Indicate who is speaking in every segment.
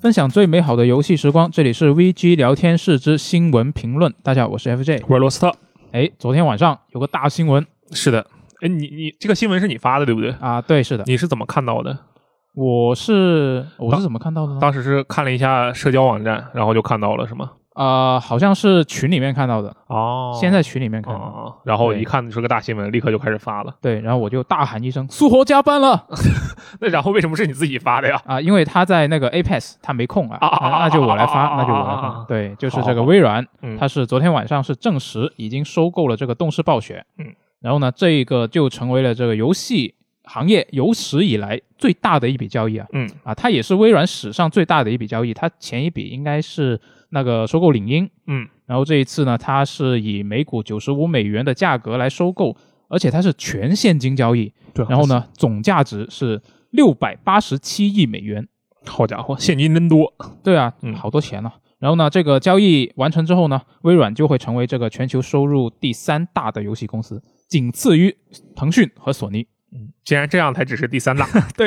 Speaker 1: 分享最美好的游戏时光，这里是 VG 聊天室之新闻评论。大家好，我是 FJ。
Speaker 2: 我是罗斯特。
Speaker 1: 哎，昨天晚上有个大新闻
Speaker 2: 是的，哎，你你这个新闻是你发的对不对？
Speaker 1: 啊，对，是的，
Speaker 2: 你是怎么看到的？
Speaker 1: 我是我是怎么看到的呢？
Speaker 2: 当时是看了一下社交网站，然后就看到了是吗？
Speaker 1: 啊、好像是群里面看到的，
Speaker 2: 哦
Speaker 1: 先在群里面看到的。
Speaker 2: 哦，然后
Speaker 1: 对
Speaker 2: 一看是个大新闻，立刻就开始发了。
Speaker 1: 对，然后我就大喊一声：“苏活加班了
Speaker 2: 那然后为什么是你自己发的呀？”
Speaker 1: 啊！因为他在那个 Apex，他没空啊，
Speaker 2: 啊啊啊
Speaker 1: 那那就我来
Speaker 2: 啊
Speaker 1: 发，
Speaker 2: 啊啊
Speaker 1: 那就我来
Speaker 2: 啊啊
Speaker 1: 发
Speaker 2: 啊。
Speaker 1: 对，就是
Speaker 2: 好
Speaker 1: 这个
Speaker 2: 好
Speaker 1: 微软，
Speaker 2: 嗯
Speaker 1: 它是昨天晚上是证实已经收购了这个动视暴雪，
Speaker 2: 嗯，
Speaker 1: 然后呢，这一个就成为了这个游戏行业有史以来最大的一笔交易啊，
Speaker 2: 嗯
Speaker 1: 啊，它也是微软史上最大的一笔交易，它前一笔应该是那个收购领英，
Speaker 2: 嗯，
Speaker 1: 然后这一次呢，它是以每股九十五美元的价格来收购，而且它是全现金交易，
Speaker 2: 对
Speaker 1: 然后？呢，总价值是六百八十七亿美元，
Speaker 2: 好家伙，现金真多。
Speaker 1: 对啊，
Speaker 2: 嗯
Speaker 1: 好多钱呢、然后呢，这个交易完成之后呢，微软就会成为这个全球收入第三大的游戏公司，仅次于腾讯和索尼。
Speaker 2: 既然这样，才只是第三大。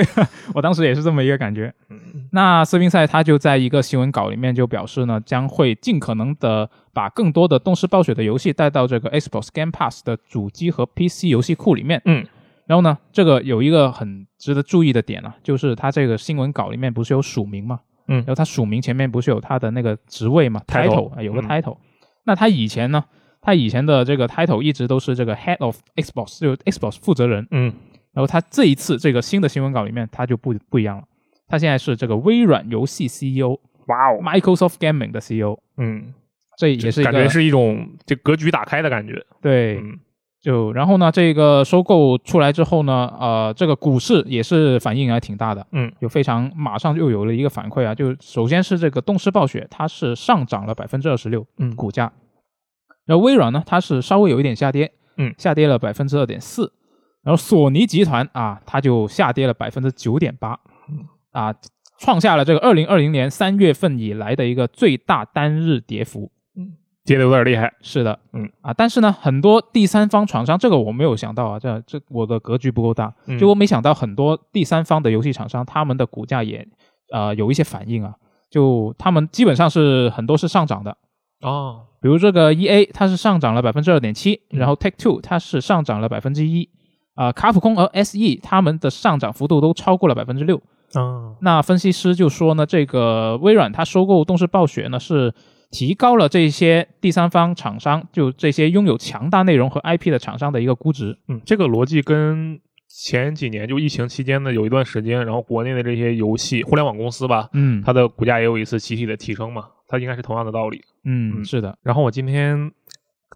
Speaker 1: 我当时也是这么一个感觉。
Speaker 2: 嗯
Speaker 1: 那斯宾塞他就在一个新闻稿里面就表示呢，将会尽可能的把更多的动视暴雪的游戏带到这个 Xbox Game Pass 的主机和 PC 游戏库里面。
Speaker 2: 嗯，
Speaker 1: 然后呢，这个有一个很值得注意的点啊，就是他这个新闻稿里面不是有署名嘛？
Speaker 2: 嗯
Speaker 1: 然后他署名前面不是有他的那个职位嘛
Speaker 2: title，
Speaker 1: ？title 啊有个
Speaker 2: 嗯
Speaker 1: title。那他以前呢，他以前的这个 title 一直都是这个 head of Xbox，就是 Xbox 负责人。
Speaker 2: 嗯，
Speaker 1: 然后他这一次这个新的新闻稿里面，他就不不一样了，他现在是这个微软游戏 CEO，Microsoft
Speaker 2: 哇哦，
Speaker 1: Gaming 的 CEO，
Speaker 2: 嗯，
Speaker 1: 这也是一
Speaker 2: 感
Speaker 1: 个
Speaker 2: 觉是一种这格局打开的感觉。
Speaker 1: 对，
Speaker 2: 嗯
Speaker 1: 就然后呢，这个收购出来之后呢，呃，这个股市也是反应还挺大的，
Speaker 2: 嗯，
Speaker 1: 有非常马上就有了一个反馈啊，就首先是这个动视暴雪，它是上涨了百分之二十六，
Speaker 2: 嗯
Speaker 1: 股价，然后微软呢，它是稍微有一点下跌，
Speaker 2: 嗯
Speaker 1: 下跌了百分之二点四，然后索尼集团啊，它就下跌了百分之九点八，
Speaker 2: 嗯
Speaker 1: 啊，创下了这个二零二零年三月份以来的一个最大单日跌幅，
Speaker 2: 跌的有点厉害。
Speaker 1: 是的，
Speaker 2: 嗯
Speaker 1: 啊，但是呢，很多第三方厂商，这个我没有想到啊，这这我的格局不够大，
Speaker 2: 嗯
Speaker 1: 就我没想到很多第三方的游戏厂商，他们的股价也呃有一些反应啊，就他们基本上是很多是上涨的，
Speaker 2: 哦，
Speaker 1: 比如这个 E A 它是上涨了百分之二点七，
Speaker 2: 嗯
Speaker 1: 然后 Take Two 它是上涨了百分之一，啊，卡普空和 S E 他们的上涨幅度都超过了百分之六，
Speaker 2: 嗯
Speaker 1: 那分析师就说呢，这个微软它收购动视暴雪呢，是提高了这些第三方厂商，就这些拥有强大内容和 IP 的厂商的一个估值。
Speaker 2: 嗯，这个逻辑跟前几年就疫情期间呢，有一段时间，然后国内的这些游戏互联网公司吧，
Speaker 1: 嗯
Speaker 2: 它的股价也有一次集体的提升嘛，它应该是同样的道理。
Speaker 1: 嗯，
Speaker 2: 嗯
Speaker 1: 是的，
Speaker 2: 然后我今天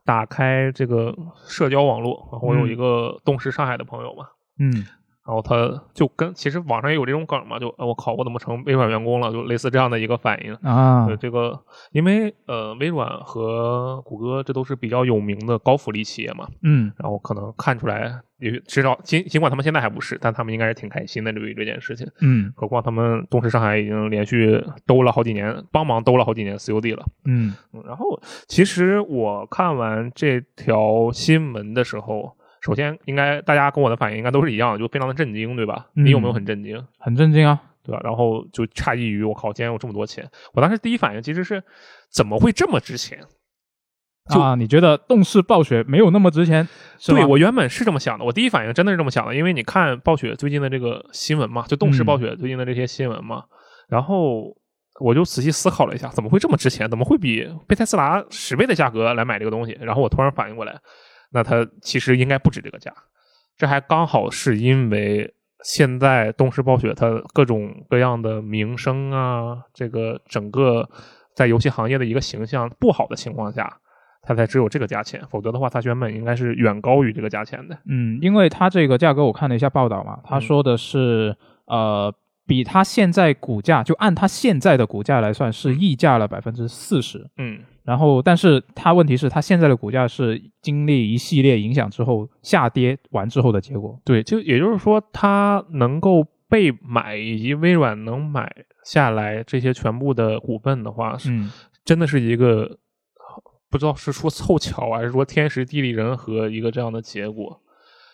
Speaker 2: 打开这个社交网络，然后我有
Speaker 1: 嗯
Speaker 2: 一个东石上海的朋友嘛，
Speaker 1: 嗯
Speaker 2: 然后他就跟其实网上也有这种梗嘛，就、呃我靠，我怎么成微软员工了？就类似这样的一个反应。
Speaker 1: 啊
Speaker 2: 对这个，因为呃，微软和谷歌这都是比较有名的高福利企业嘛，
Speaker 1: 嗯
Speaker 2: 然后可能看出来，也至少尽尽管他们现在还不是，但他们应该是挺开心的对于这件事情。
Speaker 1: 嗯
Speaker 2: 何况他们东石上海已经连续兜了好几年，帮忙兜了好几年 COD 了。
Speaker 1: 嗯
Speaker 2: 嗯然后其实我看完这条新闻的时候，首先应该大家跟我的反应应该都是一样的，就非常的震惊，对吧？
Speaker 1: 嗯
Speaker 2: 你有没有很震惊？
Speaker 1: 很震惊啊！
Speaker 2: 对吧？然后就诧异于我靠，竟然有这么多钱！我当时第一反应其实是怎么会这么值钱？就
Speaker 1: 啊，你觉得动视暴雪没有那么值钱？是吧
Speaker 2: 对我原本是这么想的，我第一反应真的是这么想的，因为你看暴雪最近的这个新闻嘛，就动视
Speaker 1: 嗯
Speaker 2: 暴雪最近的这些新闻嘛，然后我就仔细思考了一下，怎么会这么值钱？怎么会比贝塞斯达十倍的价格来买这个东西？然后我突然反应过来，那它其实应该不止这个价，这还刚好是因为。现在动视暴雪它各种各样的名声啊，这个整个在游戏行业的一个形象不好的情况下，它才只有这个价钱，否则的话，它原本应该是远高于这个价钱的。
Speaker 1: 嗯，因为它这个价格我看了一下报道嘛，他
Speaker 2: 嗯
Speaker 1: 说的是、呃，比它现在股价就按它现在的股价来算是溢价了百分之四十。
Speaker 2: 嗯
Speaker 1: 然后，但是它问题是，它现在的股价是经历一系列影响之后下跌完之后的结果。
Speaker 2: 对，就也就是说，它能够被买以及微软能买下来这些全部的股份的话，是、
Speaker 1: 嗯
Speaker 2: 真的是一个不知道是说凑巧啊还是说天时地利人和一个这样的结果。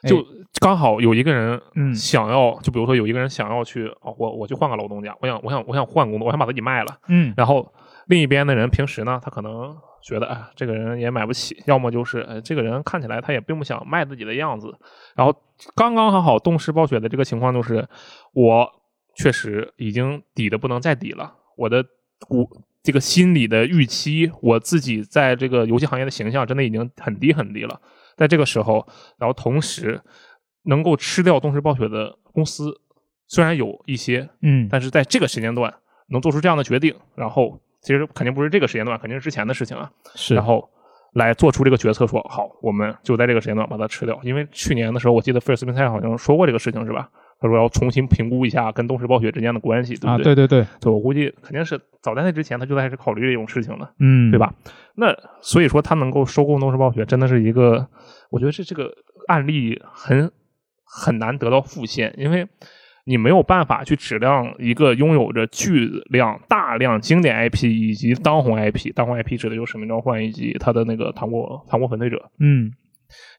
Speaker 1: 哎
Speaker 2: 就刚好有一个人
Speaker 1: 嗯
Speaker 2: 想要，就比如说有一个人想要去，哦、我我去换个劳动假，我想我想我想换工作，我想把自己卖了。
Speaker 1: 嗯
Speaker 2: 然后另一边的人平时呢，他可能觉得，哎，这个人也买不起，要么就是，哎，这个人看起来他也并不想卖自己的样子。然后刚刚好好动尸暴雪的这个情况就是，我确实已经抵的不能再抵了，我的我这个心理的预期，我自己在这个游戏行业的形象真的已经很低很低了。在这个时候，然后同时能够吃掉动视暴雪的公司，虽然有一些，
Speaker 1: 嗯
Speaker 2: 但是在这个时间段能做出这样的决定，然后其实肯定不是这个时间段，肯定是之前的事情啊。
Speaker 1: 是
Speaker 2: 然后来做出这个决策说，好，我们就在这个时间段把它吃掉。因为去年的时候，我记得菲尔斯宾塞好像说过这个事情是吧？他说要重新评估一下跟东石暴雪之间的关系，对
Speaker 1: 啊
Speaker 2: 不
Speaker 1: 对
Speaker 2: 对？
Speaker 1: 对对
Speaker 2: 对，我估计肯定是早在那之前他就开始考虑这种事情了。
Speaker 1: 嗯
Speaker 2: 对？吧？那所以说他能够收购东视暴雪，真的是一个，我觉得这这个案例很很难得到复现，因为你没有办法去质量一个拥有着巨量大量经典 IP 以及当红 IP，当红 IP 指的就是《使命召唤》以及他的那个《糖果糖果粉碎者》，
Speaker 1: 嗯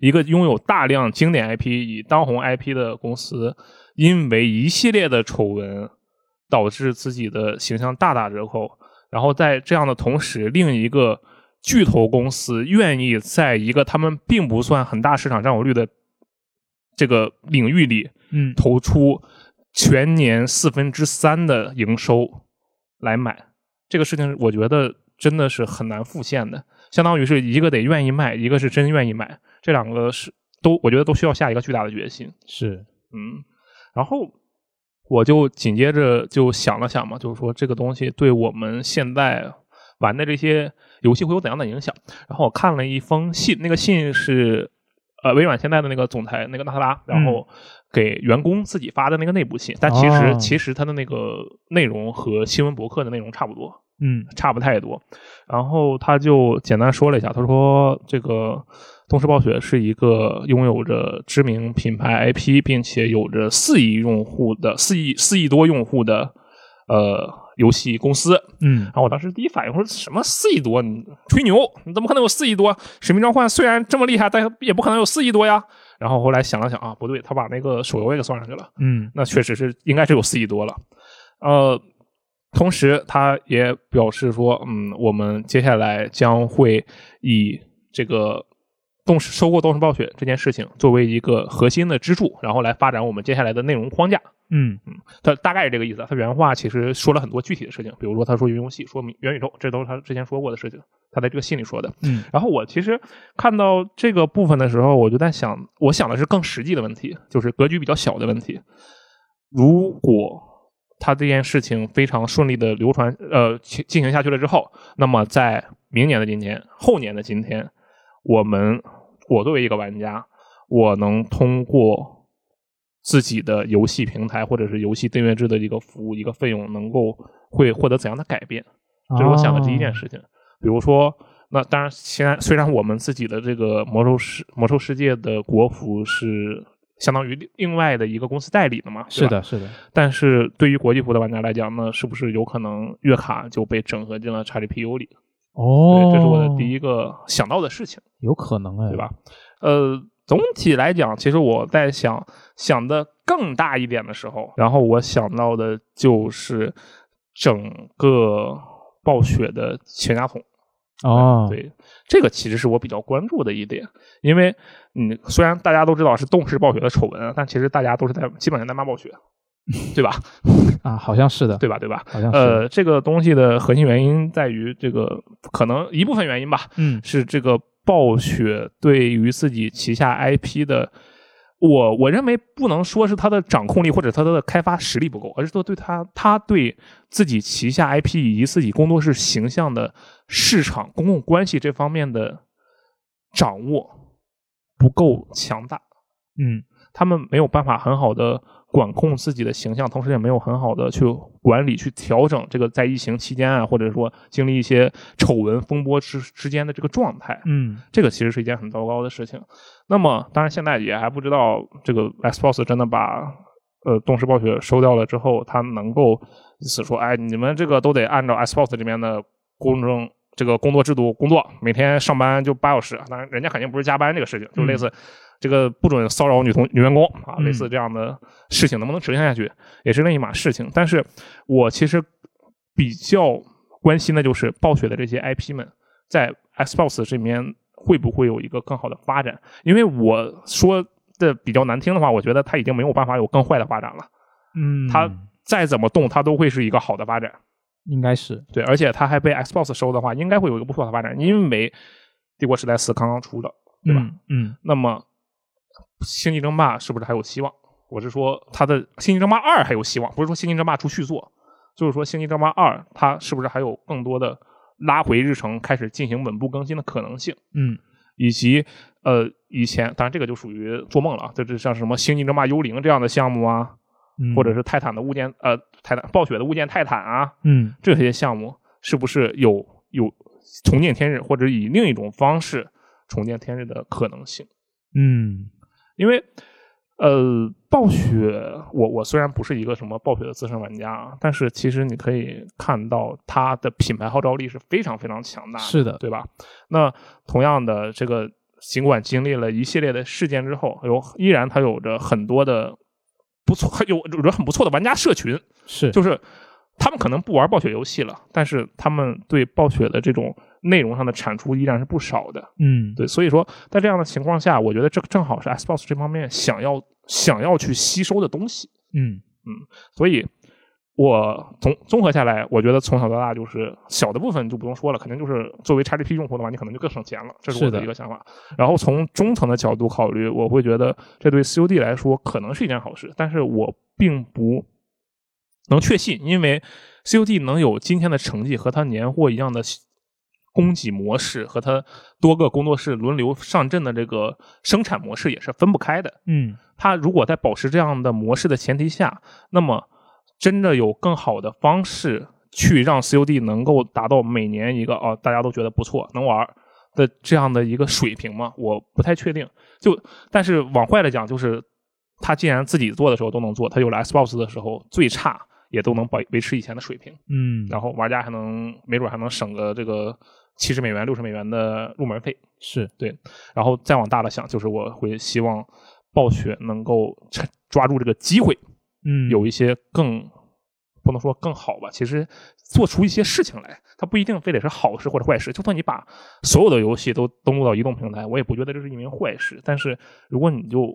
Speaker 2: 一个拥有大量经典 IP 以当红 IP 的公司，因为一系列的丑闻，导致自己的形象大打折扣。然后在这样的同时，另一个巨头公司愿意在一个他们并不算很大市场占有率的这个领域里，
Speaker 1: 嗯
Speaker 2: 投出全年四分之三的营收来买，这个事情我觉得真的是很难复现的。相当于是一个得愿意卖，一个是真愿意买，这两个是都我觉得都需要下一个巨大的决心。
Speaker 1: 是
Speaker 2: 嗯，然后我就紧接着就想了想嘛，就是说这个东西对我们现在玩的这些游戏会有怎样的影响？然后我看了一封信，那个信是呃微软现在的那个总裁那个纳特拉，然后给员工自己发的那个内部信，但其实、
Speaker 1: 哦
Speaker 2: 其实它的那个内容和新闻博客的内容差不多。
Speaker 1: 嗯
Speaker 2: 差不太多。然后他就简单说了一下，他说这个东视暴雪是一个拥有着知名品牌 IP，并且有着四亿用户的四亿四亿多用户的呃游戏公司。
Speaker 1: 嗯
Speaker 2: 然后我当时第一反应说什么四亿多？你吹牛？你怎么可能有四亿多？使命召唤虽然这么厉害，但也不可能有四亿多呀。然后后来想了想啊，不对，他把那个手游也给算上去了。
Speaker 1: 嗯
Speaker 2: 那确实是应该是有四亿多了。呃，同时他也表示说，嗯，我们接下来将会以这个动视收购动视暴雪这件事情作为一个核心的支柱，然后来发展我们接下来的内容框架。
Speaker 1: 嗯
Speaker 2: 他大概是这个意思。他原话其实说了很多具体的事情，比如说他说云游戏，说明元宇宙，这都是他之前说过的事情。他在这个信里说的。
Speaker 1: 嗯
Speaker 2: 然后我其实看到这个部分的时候，我就在想，我想的是更实际的问题，就是格局比较小的问题。如果他这件事情非常顺利的流传，呃，进进行下去了之后，那么在明年的今天、后年的今天，我们我作为一个玩家，我能通过自己的游戏平台或者是游戏订阅制的一个服务、一个费用，能够会获得怎样的改变？这是我想的第一
Speaker 1: 哦
Speaker 2: 件事情。比如说，那当然，现在虽然我们自己的这个魔兽世魔兽世界的国服是相当于另另外的一个公司代理的嘛，对
Speaker 1: 是
Speaker 2: 吧，
Speaker 1: 的是的
Speaker 2: 但是对于国际服的玩家来讲呢，是不是有可能月卡就被整合进了 XGPU 里？
Speaker 1: 哦
Speaker 2: 对，，这是我的第一个想到的事情。
Speaker 1: 有可能哎
Speaker 2: 对？吧？呃，总体来讲，其实我在想想的更大一点的时候，然后我想到的就是整个暴雪的全家桶。
Speaker 1: 哦，
Speaker 2: 对，这个其实是我比较关注的一点，因为嗯，虽然大家都知道是动视暴雪的丑闻，啊但其实大家都是在基本上在骂暴雪，对吧？
Speaker 1: 啊，好像是的，
Speaker 2: 对吧？对吧？
Speaker 1: 啊好像是
Speaker 2: 呃，这个东西的核心原因在于这个可能一部分原因吧，
Speaker 1: 嗯
Speaker 2: 是这个暴雪对于自己旗下 IP 的，我我认为不能说是它的掌控力或者它的开发实力不够，而是说对它它对自己旗下 IP 以及自己工作室形象的市场公共关系这方面的掌握不够强大，
Speaker 1: 嗯
Speaker 2: 他们没有办法很好的。管控自己的形象，同时也没有很好的去管理、去调整这个在疫情期间啊，或者说经历一些丑闻风波之之间的这个状态。
Speaker 1: 嗯
Speaker 2: 这个其实是一件很糟糕的事情。那么，当然现在也还不知道这个 Xbox 真的把呃动视暴雪收掉了之后，它能够因此说，哎，你们这个都得按照 Xbox 这边的公正这个工作制度工作，每天上班就八小时。当然，人家肯定不是加班这个事情，就类似这个不准骚扰女同女员工啊，
Speaker 1: 嗯
Speaker 2: 类似这样的事情能不能执行下去，也是另一码事情。但是我其实比较关心的就是暴雪的这些 IP 们在 Xbox 这边会不会有一个更好的发展？因为我说的比较难听的话，我觉得它已经没有办法有更坏的发展了。
Speaker 1: 嗯，
Speaker 2: 它再怎么动，它都会是一个好的发展。
Speaker 1: 应该是
Speaker 2: 对，而且它还被 Xbox 收的话，应该会有一个不错的发展，因为《帝国时代四》刚刚出的，对吧？？
Speaker 1: 嗯，
Speaker 2: 那么，《星际争霸》是不是还有希望？我是说，它的《星际争霸二》还有希望，不是说《星际争霸》出续作，就是说《星际争霸二》它是不是还有更多的拉回日程，开始进行稳步更新的可能性？
Speaker 1: 嗯
Speaker 2: 以及呃，以前当然这个就属于做梦了啊，这这像什么《星际争霸：幽灵》这样的项目啊，
Speaker 1: 嗯，
Speaker 2: 或者是泰坦的物件呃，泰坦暴雪的物件泰坦啊，
Speaker 1: 嗯
Speaker 2: 这些项目是不是有有重见天日，或者以另一种方式重见天日的可能性？
Speaker 1: 嗯
Speaker 2: 因为呃，暴雪，我我虽然不是一个什么暴雪的资深玩家，啊，但是其实你可以看到它的品牌号召力是非常非常强大的，
Speaker 1: 是的
Speaker 2: 对吧？那同样的，这个尽管经历了一系列的事件之后，有依然它有着很多的不错， 有有着很不错的玩家社群，
Speaker 1: 是
Speaker 2: 就是他们可能不玩暴雪游戏了，但是他们对暴雪的这种内容上的产出依然是不少的。
Speaker 1: 嗯
Speaker 2: 对，所以说在这样的情况下，我觉得这正好是 Xbox 这方面想要想要去吸收的东西。
Speaker 1: 嗯
Speaker 2: 所以，我综综合下来，我觉得从小到大就是小的部分就不用说了，肯定就是作为 XGP 用户的话，你可能就更省钱了，这是我
Speaker 1: 是的
Speaker 2: 的一个想法。然后从中层的角度考虑，我会觉得这对 COD 来说可能是一件好事，但是我并不能确信，因为 COD 能有今天的成绩和它年货一样的。供给模式和它多个工作室轮流上阵的这个生产模式也是分不开的，
Speaker 1: 嗯
Speaker 2: 它如果在保持这样的模式的前提下，那么真的有更好的方式去让 COD 能够达到每年一个哦，大家都觉得不错，能玩儿的这样的一个水平吗？我不太确定。就但是往坏了讲，就是他既然自己做的时候都能做，他有了 Xbox 的时候，最差也都能保维持以前的水平。
Speaker 1: 嗯，
Speaker 2: 然后玩家还能没准还能省个这个七十美元、六十美元的入门费。
Speaker 1: 是
Speaker 2: 然后再往大了想，就是我会希望暴雪能够趁抓住这个机会，
Speaker 1: 嗯
Speaker 2: 有一些更不能说更好吧，其实做出一些事情来，它不一定非得是好事或者坏事。就算你把所有的游戏都登录到移动平台，我也不觉得这是一件坏事。但是如果你就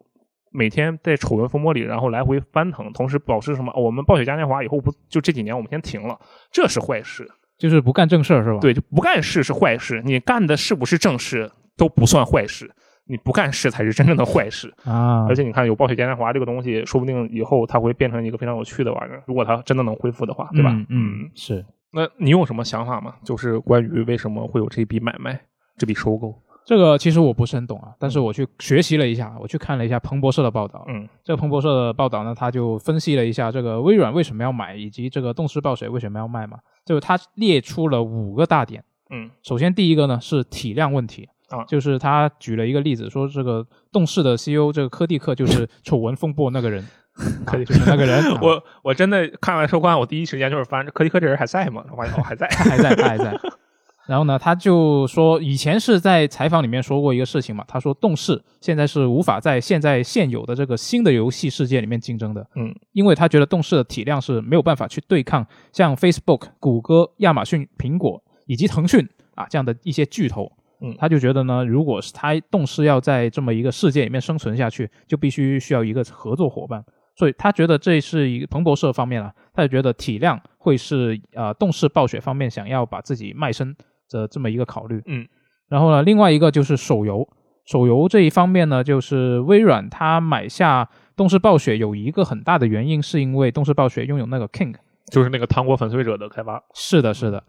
Speaker 2: 每天在丑闻风波里，然后来回翻腾，同时保持什么？哦我们暴雪嘉年华以后不就这几年我们先停了，这是坏事。
Speaker 1: 就是不干正事儿是吧？，
Speaker 2: 对，就不干事是坏事，你干的是不是正事都不算坏事，你不干事才是真正的坏事。
Speaker 1: 啊，
Speaker 2: 而且你看，有暴雪嘉年华这个东西，说不定以后它会变成一个非常有趣的玩意儿，如果它真的能恢复的话，对吧？
Speaker 1: 嗯嗯是。
Speaker 2: 那你有什么想法吗？就是关于为什么会有这笔买卖、这笔收购？
Speaker 1: 这个其实我不是很懂啊，但是我去学习了一下，我去看了一下彭博社的报道。
Speaker 2: 嗯，
Speaker 1: 这个彭博社的报道呢，他就分析了一下这个微软为什么要买，以及这个动视暴雪为什么要卖嘛。就是他列出了五个大点。
Speaker 2: 嗯
Speaker 1: 首先第一个呢是体量问题
Speaker 2: 啊
Speaker 1: 就是他举了一个例子，说这个动视的 CEO 这个科蒂克就是丑闻风波那 个人，啊就是那个人，啊
Speaker 2: 嗯我我真的看完收官，我第一时间就是翻科迪克这人还在吗？我发现哦还在。
Speaker 1: 他还在，他还在。 然后呢，他就说，以前是在采访里面说过一个事情嘛，他说动视现在是无法在现在现有的这个新的游戏世界里面竞争的，
Speaker 2: 嗯，
Speaker 1: 因为他觉得动视的体量是没有办法去对抗像 Facebook、谷歌、亚马逊、苹果以及腾讯啊这样的一些巨头，
Speaker 2: 嗯
Speaker 1: 他就觉得呢，如果是他动视要在这么一个世界里面生存下去，就必须需要一个合作伙伴，所以他觉得这是一个彭博社方面啊，他就觉得体量会是呃动视暴雪方面想要把自己卖身的这么一个考虑。
Speaker 2: 嗯，
Speaker 1: 然后呢，另外一个就是手游，手游这一方面呢，就是微软它买下动视暴雪有一个很大的原因，是因为动视暴雪拥有那个 King。
Speaker 2: 就是那个《糖果粉碎者》的开发，
Speaker 1: 是的，是的。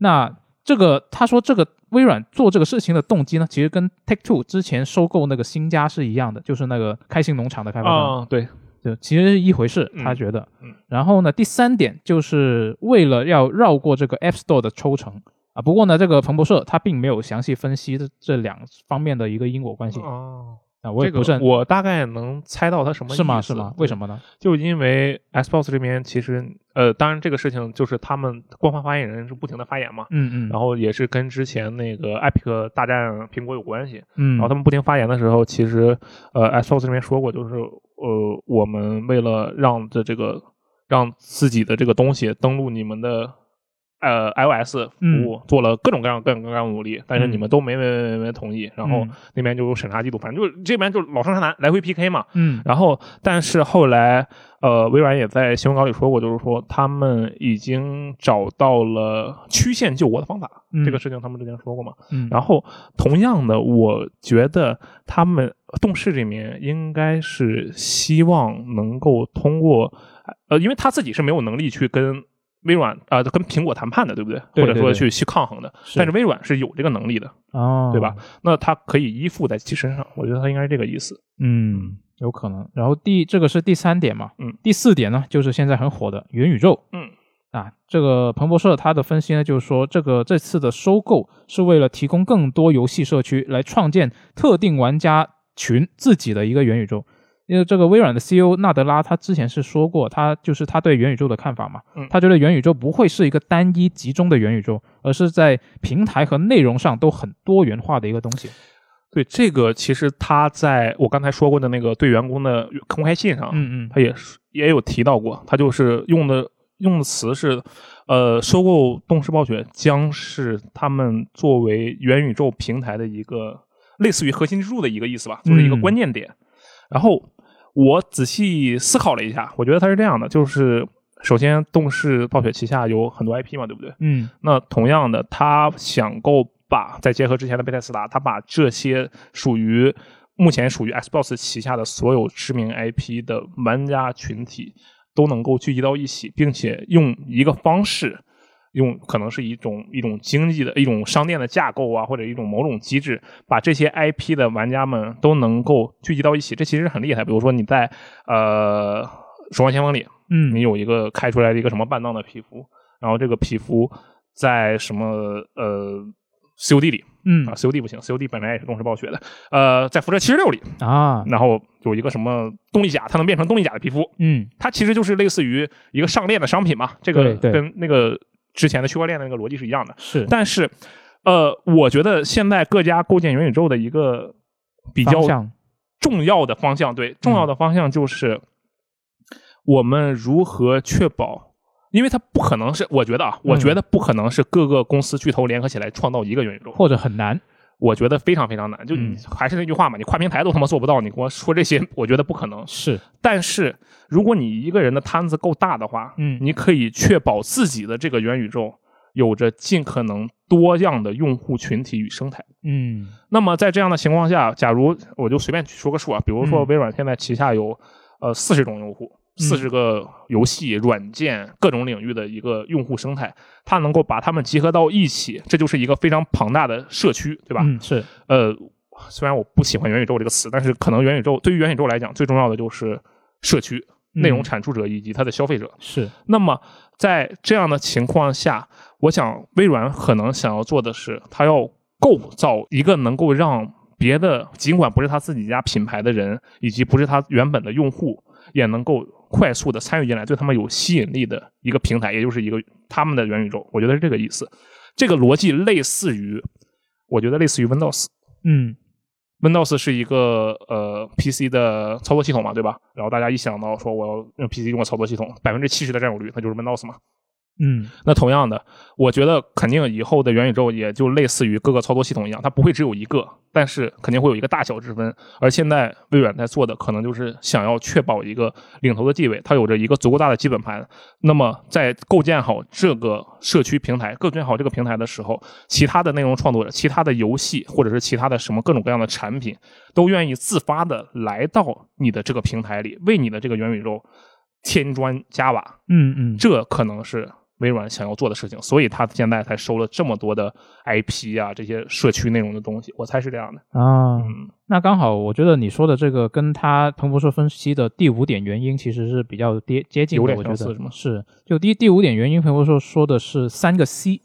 Speaker 1: 那这个他说这个微软做这个事情的动机呢，其实跟 Take Two 之前收购那个新家是一样的，就是那个开心农场的开发商。
Speaker 2: 啊、对，
Speaker 1: 就其实是一回事，
Speaker 2: 嗯
Speaker 1: 他觉得。
Speaker 2: 嗯
Speaker 1: 然后呢，第三点就是为了要绕过这个 App Store 的抽成啊。不过呢，这个彭博社他并没有详细分析这这两方面的一个因果关系。
Speaker 2: 哦，
Speaker 1: 啊，嗯我也不是
Speaker 2: 这
Speaker 1: 很
Speaker 2: 个我大概能猜到它什么
Speaker 1: 是吗？
Speaker 2: 意思
Speaker 1: 是吗？为什
Speaker 2: 么？
Speaker 1: 么呢？
Speaker 2: 就因为 Xbox 这边其实呃，当然这个事情就是他们官方发言人是不停的发言嘛，
Speaker 1: 嗯嗯，
Speaker 2: 然后也是跟之前那个 Epic 大战苹果有关系。
Speaker 1: 嗯，
Speaker 2: 然后他们不停发言的时候，其实呃，Xbox 这边说过，就是呃，我们为了让这这个让自己的这个东西登录你们的呃 iOS 服务，做了各种各样各种各样的努力，但是
Speaker 1: 嗯
Speaker 2: 你们都没没没没同意，然后
Speaker 1: 嗯
Speaker 2: 那边就有审查记录，反正就这边就老生常谈，来回 PK 嘛。
Speaker 1: 嗯
Speaker 2: 然后，但是后来，呃，微软也在新闻稿里说过，就是说他们已经找到了曲线救国的方法。
Speaker 1: 嗯
Speaker 2: 这个事情他们之前说过嘛。
Speaker 1: 嗯，
Speaker 2: 然后，同样的，我觉得他们动视这边应该是希望能够通过，呃，因为他自己是没有能力去跟微软啊、呃跟苹果谈判的，对不对？
Speaker 1: 对
Speaker 2: 或者
Speaker 1: 对
Speaker 2: 说
Speaker 1: 对
Speaker 2: 去去抗衡的。但是微软是有这个能力的，
Speaker 1: 哦，
Speaker 2: 对吧？那他可以依附在其身上，我觉得他应该是这个意思。
Speaker 1: 嗯，有可能。然后第这个是第三点嘛，
Speaker 2: 嗯，
Speaker 1: 第四点呢，就是现在很火的元宇宙，
Speaker 2: 嗯，
Speaker 1: 啊，这个彭博社他的分析呢，就是说这个这次的收购是为了提供更多游戏社区来创建特定玩家群自己的一个元宇宙。因为这个微软的 CEO 纳德拉，他之前是说过，他就是他对元宇宙的看法嘛，
Speaker 2: 嗯
Speaker 1: 他觉得元宇宙不会是一个单一集中的元宇宙，而是在平台和内容上都很多元化的一个东西。
Speaker 2: 对这个，其实他在我刚才说过的那个对员工的公开信上，
Speaker 1: 嗯嗯
Speaker 2: 他也是也有提到过，他就是用的用的词是，呃，收购动视暴雪将是他们作为元宇宙平台的一个类似于核心支柱的一个意思吧，就是一个
Speaker 1: 嗯
Speaker 2: 关键点。然后我仔细思考了一下，我觉得它是这样的，就是首先动视暴雪旗下有很多 IP 嘛，对不对？
Speaker 1: 嗯
Speaker 2: 那同样的，他想够把再结合之前的贝泰斯达，他把这些属于目前属于 Xbox 旗下的所有知名 IP 的玩家群体都能够聚集到一起，并且用一个方式。用可能是一种一种经济的一种商店的架构啊，或者一种某种机制，把这些 IP 的玩家们都能够聚集到一起，这其实很厉害。比如说你在呃《守望先锋》里，
Speaker 1: 嗯
Speaker 2: 你有一个开出来的一个什么半当的皮肤，然后这个皮肤在什么呃 COD 里
Speaker 1: 嗯
Speaker 2: 啊，COD 不行，COD 本来也是动视暴雪的，呃，在辐射七十六里，
Speaker 1: 啊
Speaker 2: 然后有一个什么动力甲，它能变成动力甲的皮肤，
Speaker 1: 嗯
Speaker 2: 它其实就是类似于一个上链的商品嘛，这个
Speaker 1: 对对
Speaker 2: 跟那个之前的区块链的那个逻辑是一样的，
Speaker 1: 是
Speaker 2: 但是呃，我觉得现在各家构建元宇宙的一个比较
Speaker 1: 方向嗯
Speaker 2: 重要的方向，对，重要的方向就是我们如何确保，因为它不可能是，我觉得啊，我
Speaker 1: 嗯
Speaker 2: 觉得不可能是各个公司巨头联合起来创造一个元宇宙，
Speaker 1: 或者很难。
Speaker 2: 我觉得非常非常难。就
Speaker 1: 嗯
Speaker 2: 你还是那句话嘛，你跨平台都他妈做不到，你跟我说这些，我觉得不可能。
Speaker 1: 是，
Speaker 2: 但是如果你一个人的摊子够大的话，
Speaker 1: 嗯
Speaker 2: 你可以确保自己的这个元宇宙有着尽可能多样的用户群体与生态。
Speaker 1: 嗯
Speaker 2: 那么在这样的情况下，假如我就随便说个数啊，比如说
Speaker 1: 嗯
Speaker 2: 微软现在旗下有呃四十种用户，四十个游戏、软件各种领域的一个用户生态，它能够把它们集合到一起，这就是一个非常庞大的社区，对吧？
Speaker 1: 嗯是，
Speaker 2: 呃，虽然我不喜欢元宇宙这个词，但是可能元宇宙对于元宇宙来讲，最重要的就是社区、内容
Speaker 1: 嗯
Speaker 2: 产出者以及它的消费者。
Speaker 1: 是，
Speaker 2: 那么在这样的情况下，我想微软可能想要做的是，它要构造一个能够让别的，尽管不是他自己家品牌的人，以及不是他原本的用户，也能够快速的参与进来，对他们有吸引力的一个平台，也就是一个他们的元宇宙。我觉得是这个意思。这个逻辑类似于，我觉得类似于 Windows。
Speaker 1: 嗯
Speaker 2: Windows 是一个呃 PC 的操作系统嘛，对吧？然后大家一想到说我要用 PC 用个操作系统，百分之七十的占有率，那就是 Windows 嘛。
Speaker 1: 嗯
Speaker 2: 那同样的，我觉得肯定以后的元宇宙也就类似于各个操作系统一样，它不会只有一个，但是肯定会有一个大小之分。而现在微软在做的，可能就是想要确保一个领头的地位，它有着一个足够大的基本盘。那么在构建好这个社区平台、构建好这个平台的时候，其他的内容创作者、其他的游戏或者是其他的什么各种各样的产品，都愿意自发的来到你的这个平台里，为你的这个元宇宙添砖加瓦。
Speaker 1: 嗯嗯，
Speaker 2: 这可能是微软想要做的事情，所以他现在才收了这么多的 IP 啊，这些社区内容的东西，我猜是这样的。
Speaker 1: 啊，
Speaker 2: 嗯
Speaker 1: 那刚好，我觉得你说的这个跟他彭博社分析的第五点原因其实是比较接接近的，
Speaker 2: 有点
Speaker 1: 我觉
Speaker 2: 相似
Speaker 1: 得
Speaker 2: 是吗
Speaker 1: 是。就第第五点原因，彭博社说的是三个 C，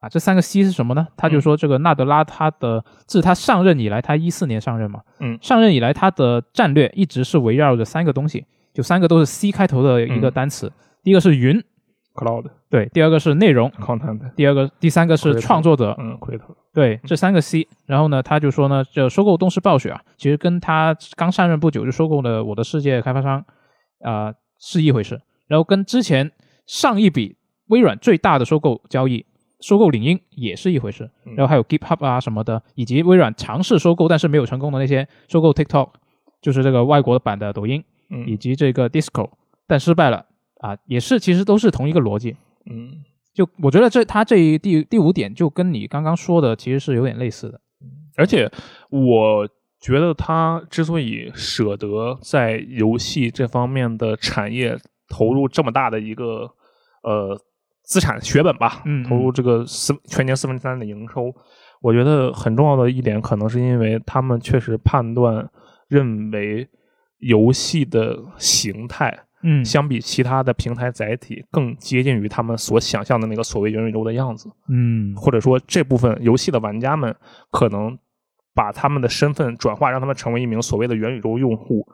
Speaker 1: 啊，这三个 C 是什么呢？他
Speaker 2: 嗯
Speaker 1: 就说这个纳德拉他的自他上任以来，他一四年上任嘛，
Speaker 2: 嗯
Speaker 1: 上任以来他的战略一直是围绕着三个东西，就三个都是 C 开头的一个
Speaker 2: 嗯
Speaker 1: 单词，第一个是云，
Speaker 2: ，cloud
Speaker 1: 对，第二个是内
Speaker 2: 嗯
Speaker 1: 容，
Speaker 2: content，
Speaker 1: 第二个第三个
Speaker 2: 回
Speaker 1: 是
Speaker 2: 头
Speaker 1: 创作者，
Speaker 2: 嗯，creator，
Speaker 1: 对，这三个 C。然后呢，他就说呢，这收购动视暴雪啊，其实跟他刚上任不久就收购了我的世界开发商啊、呃是一回事。然后跟之前上一笔微软最大的收购交易，收购领英也是一回事。
Speaker 2: 嗯
Speaker 1: 然后还有 GitHub 啊什么的，以及微软尝试收购但是没有成功的那些收购 TikTok，就是这个外国版的抖音，以
Speaker 2: 嗯
Speaker 1: 及这个 Disco，但失败了啊，也是其实都是同一个逻辑。
Speaker 2: 嗯，
Speaker 1: 就我觉得这他这一第第五点就跟你刚刚说的其实是有点类似的。
Speaker 2: 而且我觉得他之所以舍得在游戏这方面的产业投入这么大的一个呃资产血本吧，
Speaker 1: 嗯嗯
Speaker 2: 投入这个四全年四分之三的营收，我觉得很重要的一点，可能是因为他们确实判断认为游戏的形态。
Speaker 1: 嗯
Speaker 2: 相比其他的平台载体，更接近于他们所想象的那个所谓元宇宙的样子。
Speaker 1: 嗯
Speaker 2: 或者说这部分游戏的玩家们可能把他们的身份转化，让他们成为一名所谓的元宇宙用户，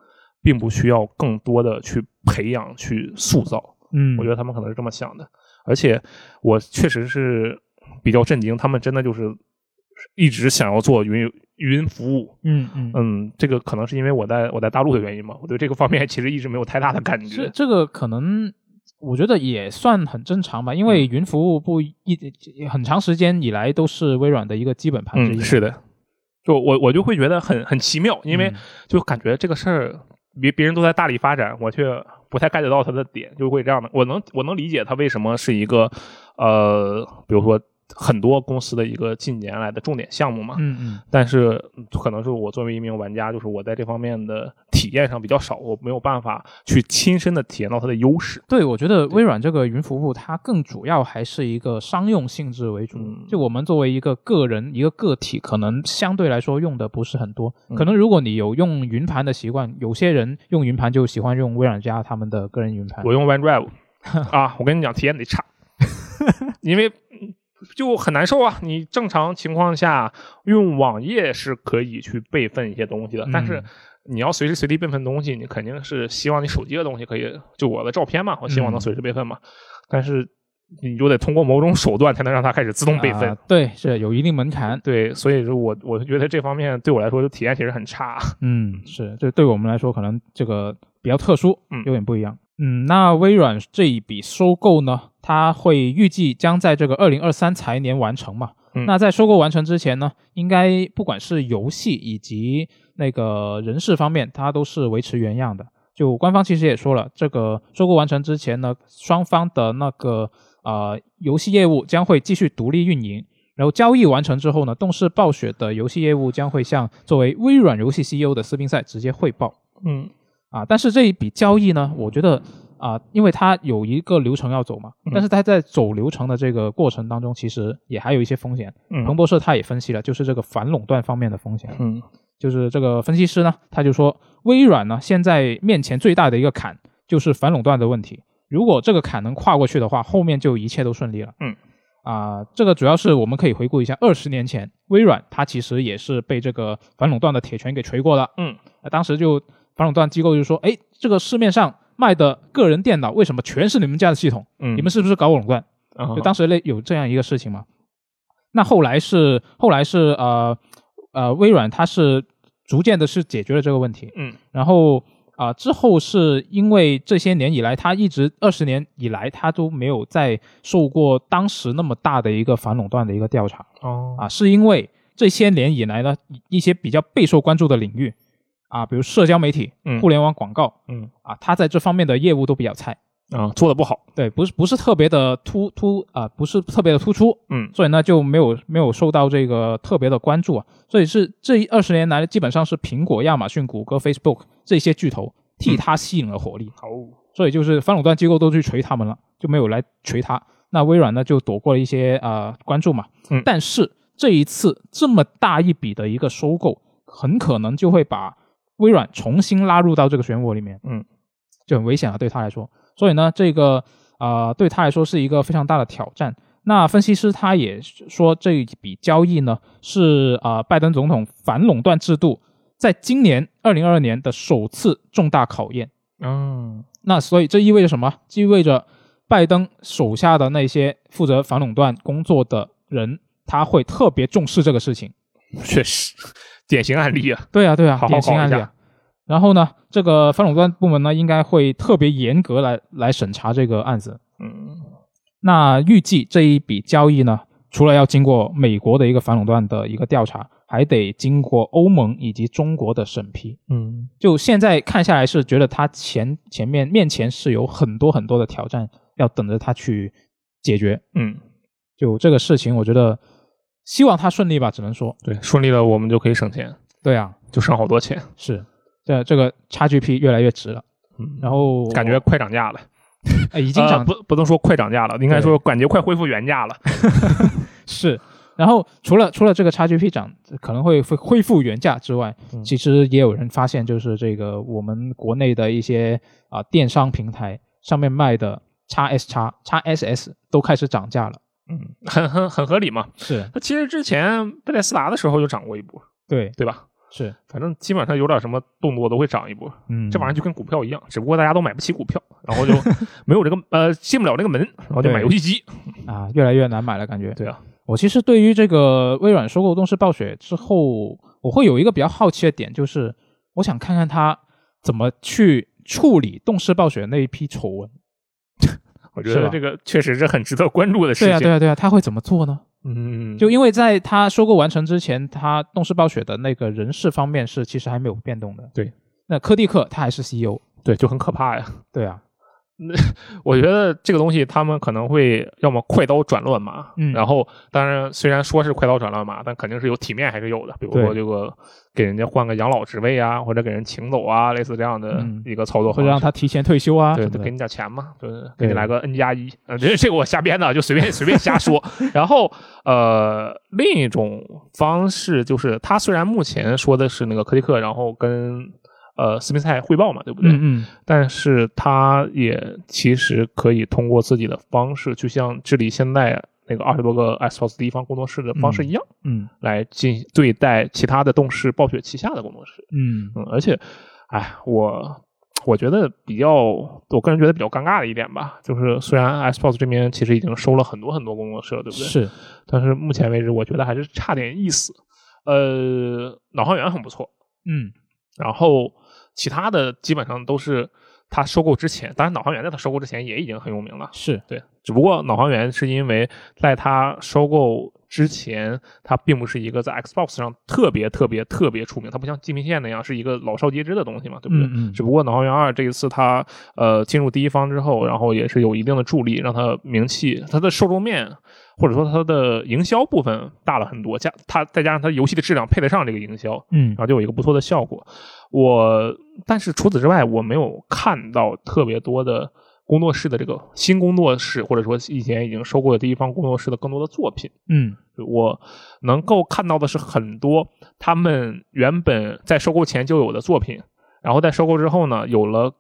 Speaker 2: 并不需要更多的去培养、去塑造。
Speaker 1: 嗯
Speaker 2: 我觉得他们可能是这么想的，而且我确实是比较震惊，他们真的就是一直想要做云云服务。
Speaker 1: 嗯嗯
Speaker 2: 嗯，这个可能是因为我在我在大陆的原因嘛，我对这个方面其实一直没有太大的感
Speaker 1: 这
Speaker 2: 觉。
Speaker 1: 这个可能我觉得也算很正常吧，因为云服务不一很长时间以来都是微软的一个基本盘之一。
Speaker 2: 嗯，是的，就我我就会觉得很很奇妙，因为
Speaker 1: 嗯
Speaker 2: 就感觉这个事儿别别人都在大力发展，我却不太 get 到他的点，就会这样的。我能我能理解他为什么是一个呃，比如说很多公司的一个近年来的重点项目嘛。
Speaker 1: 嗯嗯
Speaker 2: 但是嗯可能是我作为一名玩家，就是我在这方面的体验上比较少，我没有办法去亲身的体验到它的 优势。
Speaker 1: 对，我觉得微软这个云服务，它更主要还是一个商用性质为主。
Speaker 2: 嗯
Speaker 1: 就我们作为一个个人、一个个体，可能相对来说用的不是很多。
Speaker 2: 嗯
Speaker 1: 可能如果你有用云盘的习惯，有些人用云盘就喜欢用微软家他们的个人云盘。
Speaker 2: 我 用 OneDrive 啊，我跟你讲，体验得差，因为就很难受啊。你正常情况下用网页是可以去备份一些东西的，但是
Speaker 1: 嗯
Speaker 2: 你要随时随地备份东西，你肯定是希望你手机的东西可以，就我的照片嘛，我希望能
Speaker 1: 嗯
Speaker 2: 随时备份嘛。但是你就得通过某种手段才能让它开始自动备份。
Speaker 1: 啊对，是有一定门槛。
Speaker 2: 对，所以说我我觉得这方面对我来说就体验其实很差。
Speaker 1: 嗯，是，这对我们来说可能这个比较特殊，
Speaker 2: 嗯
Speaker 1: 有点不一样。嗯，那微软这一笔收购呢，它会预计将在这个二零二三财年完成嘛？
Speaker 2: 嗯
Speaker 1: 那在收购完成之前呢，应该不管是游戏以及那个人事方面，它都是维持原样的。就官方其实也说了，这个收购完成之前呢，双方的那个呃游戏业务将会继续独立运营。然后交易完成之后呢，动视暴雪的游戏业务将会向作为微软游戏 CEO 的斯宾塞直接汇报
Speaker 2: 嗯
Speaker 1: 啊。但是这一笔交易呢，我觉得啊，因为它有一个流程要走嘛
Speaker 2: 嗯，
Speaker 1: 但是它在走流程的这个过程当中，其实也还有一些风险。彭
Speaker 2: 嗯
Speaker 1: 博社他也分析了，就是这个反垄断方面的风险。
Speaker 2: 嗯
Speaker 1: 就是这个分析师呢，他就说，微软呢现在面前最大的一个坎就是反垄断的问题。如果这个坎能跨过去的话，后面就一切都顺利了。
Speaker 2: 嗯，
Speaker 1: 啊、这个主要是我们可以回顾一下，二十年前微软它其实也是被这个反垄断的铁拳给锤过的。
Speaker 2: 嗯
Speaker 1: 呃当时就反垄断机构就说，哎，这个市面上卖的个人电脑为什么全是你们家的系统？
Speaker 2: 嗯，
Speaker 1: 你们是不是搞垄断？
Speaker 2: 啊
Speaker 1: 就当时类有这样一个事情嘛。那后来是后来是呃呃微软它是逐渐的是解决了这个问题，
Speaker 2: 嗯
Speaker 1: 然后啊、之后是因为这些年以来，它一直二十年以来它都没有再受过当时那么大的一个反垄断的一个调查
Speaker 2: 哦
Speaker 1: 啊，是因为这些年以来呢一些比较备受关注的领域啊，比如社交媒体、
Speaker 2: 嗯
Speaker 1: 互联网广告
Speaker 2: 嗯
Speaker 1: 啊，它在这方面的业务都比较菜。
Speaker 2: 啊做的不好
Speaker 1: 对，不是不是特别的突突啊、不是特别的突出，
Speaker 2: 嗯
Speaker 1: 所以呢就没有没有受到这个特别的关注啊。所以是这二十年来，基本上是苹果、亚马逊、谷歌、Facebook 这些巨头替它吸引了火力，
Speaker 2: 好
Speaker 1: 所以就是反垄断机构都去锤他们了，就没有来锤它。那微软呢就躲过了一些呃关注嘛。
Speaker 2: 嗯
Speaker 1: 但是这一次这么大一笔的一个收购，很可能就会把微软重新拉入到这个漩涡里面。
Speaker 2: 嗯。
Speaker 1: 就很危险了，对他来说。所以呢，这个啊、呃对他来说是一个非常大的挑战。那分析师他也说，这一笔交易呢是啊、呃拜登总统反垄断制度在今年二零二二年的首次重大考验。
Speaker 2: 嗯，
Speaker 1: 那所以这意味着什么？这意味着拜登手下的那些负责反垄断工作的人，他会特别重视这个事情。
Speaker 2: 确实，典型案例啊。
Speaker 1: 对啊，对啊，
Speaker 2: 好好
Speaker 1: 典型
Speaker 2: 搞一
Speaker 1: 案例
Speaker 2: 下
Speaker 1: 啊。然后呢，这个反垄断部门呢，应该会特别严格来来审查这个案子。
Speaker 2: 嗯
Speaker 1: 那预计这一笔交易呢，除了要经过美国的一个反垄断的一个调查，还得经过欧盟以及中国的审批。
Speaker 2: 嗯，
Speaker 1: 就现在看下来，是觉得他前前面面前是有很多很多的挑战要等着他去解决。
Speaker 2: 嗯，
Speaker 1: 就这个事情，我觉得希望他顺利吧，只能说
Speaker 2: 对，顺利了，我们就可以省钱，
Speaker 1: 对啊，
Speaker 2: 就省好多钱。
Speaker 1: 是这这个 XGP 越来越值了，
Speaker 2: 嗯，
Speaker 1: 然后
Speaker 2: 感觉快涨价了，
Speaker 1: 哎已
Speaker 2: 已
Speaker 1: 经涨、
Speaker 2: 不不能说快涨价了，应该说感觉快恢复原价 了。
Speaker 1: 是。然后除了除了这个 XGP 涨可能会恢恢复原价之外，
Speaker 2: 嗯
Speaker 1: 其实也有人发现，就是这个我们国内的一些啊、电商平台上面卖的 XS x XSS 都开始涨价了。
Speaker 2: 嗯，很很很合理嘛。
Speaker 1: 是
Speaker 2: 那其实之前贝莱斯达的时候就涨过一波，
Speaker 1: 对
Speaker 2: 对吧？
Speaker 1: 是，
Speaker 2: 反正基本上有点什么动作都会涨一波，
Speaker 1: 嗯，
Speaker 2: 这玩意儿就跟股票一样，只不过大家都买不起股票，然后就没有这个呃进不了这个门，然后就买
Speaker 1: 对
Speaker 2: 游戏机。
Speaker 1: 啊越来越难买了，感觉。
Speaker 2: 对啊，
Speaker 1: 我其实对于这个微软收购动视暴雪之后，我会有一个比较好奇的点，就是我想看看它怎么去处理动视暴雪那一批丑闻。
Speaker 2: 我觉
Speaker 1: 是
Speaker 2: 得
Speaker 1: 吧
Speaker 2: 这个确实是很值得关注的事
Speaker 1: 对啊，
Speaker 2: 情。
Speaker 1: 对啊，对啊，他会怎么做呢？
Speaker 2: 嗯，
Speaker 1: 就因为在他收购完成之前，他动视暴雪的那个人事方面是其实还没有变动的。
Speaker 2: 对，
Speaker 1: 那科蒂克他还是 E CEO。
Speaker 2: 对，就很可怕呀。
Speaker 1: 对啊，
Speaker 2: 我觉得这个东西他们可能会要么快刀斩乱麻，
Speaker 1: 嗯
Speaker 2: 然后当然虽然说是快刀斩乱麻，但肯定是有体面还是有的，比如
Speaker 1: 对
Speaker 2: 说这个给人家换个养老职位啊，或者给人请走啊，类似这样的
Speaker 1: 嗯
Speaker 2: 一个操作
Speaker 1: 或
Speaker 2: 方
Speaker 1: 者
Speaker 2: 式。
Speaker 1: 让他提前退休啊
Speaker 2: 对，
Speaker 1: 什
Speaker 2: 就
Speaker 1: 么
Speaker 2: 给
Speaker 1: 的。
Speaker 2: 你点钱嘛，就是给你
Speaker 1: 对
Speaker 2: 来个 N 加一，啊，这这个我瞎编的，就随便随便瞎说。然后呃，另一种方式就是，他虽然目前说的是那个科迪克，然后跟呃斯宾塞汇报嘛，对不对？
Speaker 1: 嗯嗯，
Speaker 2: 但是他也其实可以通过自己的方式，去像治理现在那个二十多个 Xbox 第一方工作室的方式一样，
Speaker 1: 嗯
Speaker 2: 来进对待其他的动视暴雪旗下的工作室。
Speaker 1: 嗯，
Speaker 2: 嗯，而且，哎，我我觉得比较，我个人觉得比较尴尬的一点吧，就是虽然 Xbox 这边其实已经收了很多很多工作室了，对不对？
Speaker 1: 是
Speaker 2: 但是目前为止，我觉得还是差点意思。呃，脑航员很不错，
Speaker 1: 嗯
Speaker 2: 然后其他的基本上都是他收购之前，当然脑航员在他收购之前也已经很有名了，
Speaker 1: 是
Speaker 2: 对。只不过脑航员是因为在他收购之前，他并不是一个在 Xbox 上特别特别特别出名，它不像《地平线》那样是一个老少皆知的东西嘛，对不对？
Speaker 1: 嗯嗯
Speaker 2: 只不过脑航员二这一次他呃进入第一方之后，然后也是有一定的助力，让他名气、他的受众面或者说他的营销部分大了很多，加他再加上他游戏的质量配得上这个营销，
Speaker 1: 嗯
Speaker 2: 然后就有一个不错的效果。我但是除此之外，我没有看到特别多的工作室的这个新工作室，或者说以前已经收购的第一方工作室的更多的作品。
Speaker 1: 嗯
Speaker 2: 我能够看到的是很多他们原本在收购前就有的作品，然后在收购之后呢，有了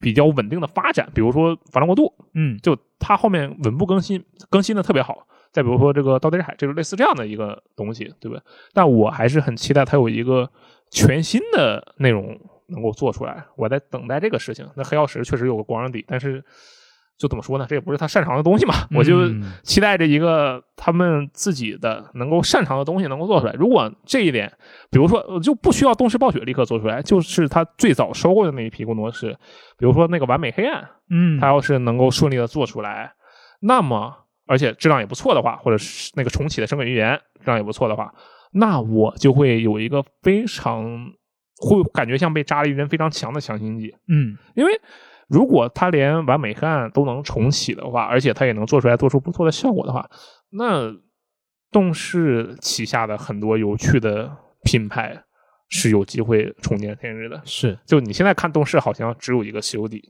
Speaker 2: 比较稳定的发展，比如说《法兰国度》，
Speaker 1: 嗯
Speaker 2: 就它后面稳步更新，更新的特别好。再比如说这个《盗贼之海》，就是类似这样的一个东西，对不对？但我还是很期待它有一个全新的内容能够做出来，我在等待这个事情。那黑曜石确实有个光让底，但是就怎么说呢？这也不是他擅长的东西嘛，我就
Speaker 1: 嗯
Speaker 2: 期待着一个他们自己的能够擅长的东西能够做出来。如果这一点，比如说呃就不需要动视暴雪立刻做出来，就是他最早收购的那一批工作室，比如说那个完美黑暗，
Speaker 1: 嗯，
Speaker 2: 它要是能够顺利的做出来，那么而且质量也不错的话，或者是那个重启的《神鬼寓言》质量也不错的话，那我就会有一个非常会感觉像被扎了一针非常强的强心剂，
Speaker 1: 嗯
Speaker 2: 因为。如果他连完美黑暗都能重启的话，而且他也能做出来做出不错的效果的话，那动视旗下的很多有趣的品牌是有机会重见天日的。
Speaker 1: 是
Speaker 2: 就你现在看动视好像只有一个西游记，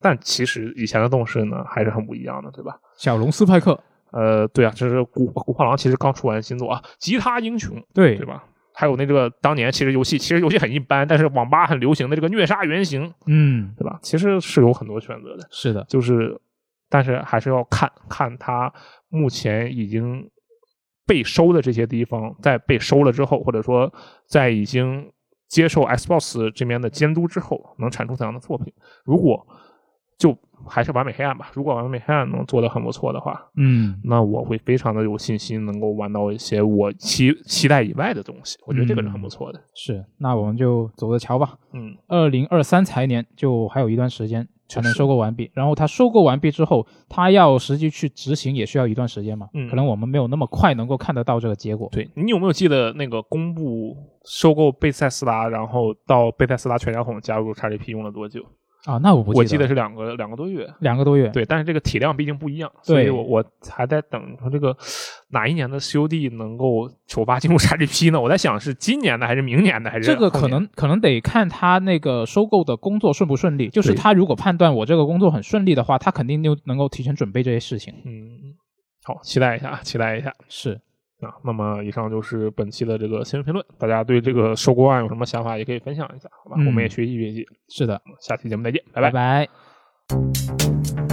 Speaker 2: 但其实以前的动视呢还是很不一样的，对吧？
Speaker 1: 小龙斯派克
Speaker 2: 呃，对啊，这是古古画廊其实刚出完新作啊，《吉他英雄》
Speaker 1: 对
Speaker 2: 对吧？还有那个当年其实游戏其实游戏很一般，但是网吧很流行的这个虐杀原型，
Speaker 1: 嗯
Speaker 2: 对吧？其实是有很多选择的，
Speaker 1: 是的
Speaker 2: 就是但是还是要看看它目前已经被收的这些地方，在被收了之后，或者说在已经接受 Xbox 这边的监督之后，能产出怎样的作品。如果就还是完美黑暗吧，如果完美黑暗能做得很不错的话，
Speaker 1: 嗯，
Speaker 2: 那我会非常的有信心能够玩到一些我期期待以外的东西。我觉得这个是很不错的。
Speaker 1: 是，那我们就走着瞧吧。
Speaker 2: 嗯，
Speaker 1: 二零二三财年就还有一段时间才能收购完毕，然后它收购完毕之后，它要实际去执行也需要一段时间嘛，
Speaker 2: 嗯
Speaker 1: 可能我们没有那么快能够看得到这个结果。
Speaker 2: 对你有没有记得那个公布收购贝塞斯达，然后到贝塞斯达全家桶加入 XGP 用了多久？
Speaker 1: 啊，那我不
Speaker 2: 我
Speaker 1: 记
Speaker 2: 记得
Speaker 1: 得
Speaker 2: 是两个两个多月。
Speaker 1: 两个多月。
Speaker 2: 对，但是这个体量毕竟不一样，所以
Speaker 1: 对
Speaker 2: 我我还在等说这个哪一年的 COD 能够首发进入 XGP 呢？我在想是今年的还是明年的还是
Speaker 1: 这个可
Speaker 2: 后年
Speaker 1: 能可能得看他那个收购的工作顺不顺利，就是
Speaker 2: 对
Speaker 1: 他如果判断我这个工作很顺利的话，他肯定就能够提前准备这些事情。
Speaker 2: 嗯，好，期待一下，期待一下
Speaker 1: 是，
Speaker 2: 啊。那么以上就是本期的这个新闻评论，大家对这个收购案有什么想法也可以分享一下，好吧？
Speaker 1: 嗯
Speaker 2: 我们也学习学习，
Speaker 1: 是的，
Speaker 2: 下期节目再见，拜
Speaker 1: 拜拜